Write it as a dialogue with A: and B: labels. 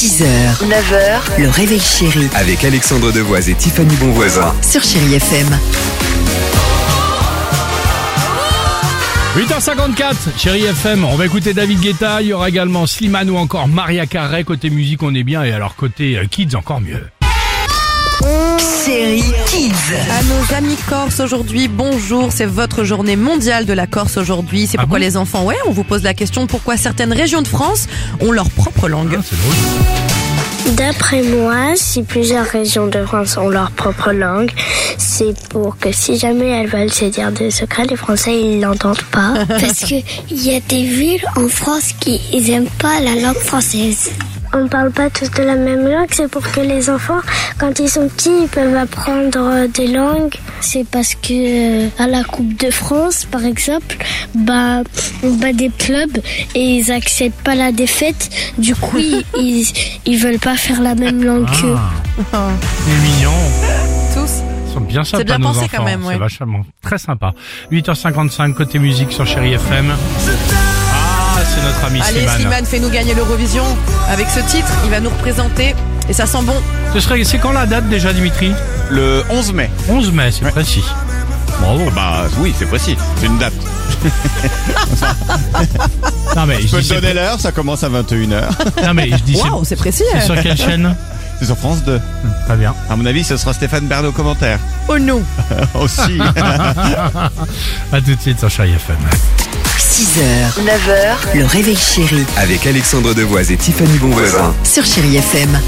A: 6h, 9h, le réveil chéri
B: Avec Alexandre Devoise et Tiffany Bonvoisin.
A: sur Chérie FM.
C: 8h54, chérie FM, on va écouter David Guetta, il y aura également Slimane ou encore Maria Carré. Côté musique, on est bien, et alors côté euh, kids, encore mieux.
A: Série Kids.
D: À nos amis corses aujourd'hui, bonjour, c'est votre journée mondiale de la Corse aujourd'hui. C'est
C: Ah
D: pourquoi
C: bon
D: les enfants, ouais, on vous pose la question pourquoi certaines régions de France ont leur propre langue.
C: C'est drôle.
E: D'après moi, si plusieurs régions de France ont leur propre langue, c'est pour que si jamais elles veulent se dire des secrets, les Français ils l'entendent pas. Parce que il y a des villes en France qui ils aiment pas la langue française. On parle pas tous de la même langue, c'est pour que les enfants, quand ils sont petits, ils peuvent apprendre euh, des langues. C'est parce que euh, à la Coupe de France, par exemple, bah on bat des clubs et ils acceptent pas la défaite. Du coup, ils, ils, ils veulent pas faire la même langue qu'eux.
C: Ah, c'est mignon.
D: Tous.
C: Ils sont bien sympas
D: C'est bien
C: nos
D: pensé
C: enfants.
D: quand même, ouais.
C: C'est vachement très sympa. 8h55, côté musique sur chérie FM. Ah, c'est notre ami
D: Allez,
C: Slimane.
D: Slimane, fais-nous gagner l'Eurovision. Avec ce titre, il va nous représenter et ça sent bon.
C: Ce serait, c'est quand la date déjà, Dimitri
F: Le 11 Euh, mai.
C: 11 mai, c'est
F: Ouais.
C: précis. Bravo.
D: Ah
F: Bah oui, c'est précis. C'est une date.
D: bah,
C: Non mais je
F: Je peux
C: dis,
F: te
C: c'est,
F: donner l'heure, ça commence à 21h.
C: non, mais je dis c'est-
D: Waouh, c'est précis.
C: c'est
D: hein.
C: sur quelle chaîne
F: C'est sur France 2.
C: Très bien.
F: À mon avis, ce sera Stéphane Bern au commentaire.
D: Oh non.
F: Aussi.
C: À tout de suite sur chérie FM.
A: 6h, 9h, le réveil chéri
B: Avec Alexandre Devoise et Tiffany Bonvoisin.
A: sur Chérie FM.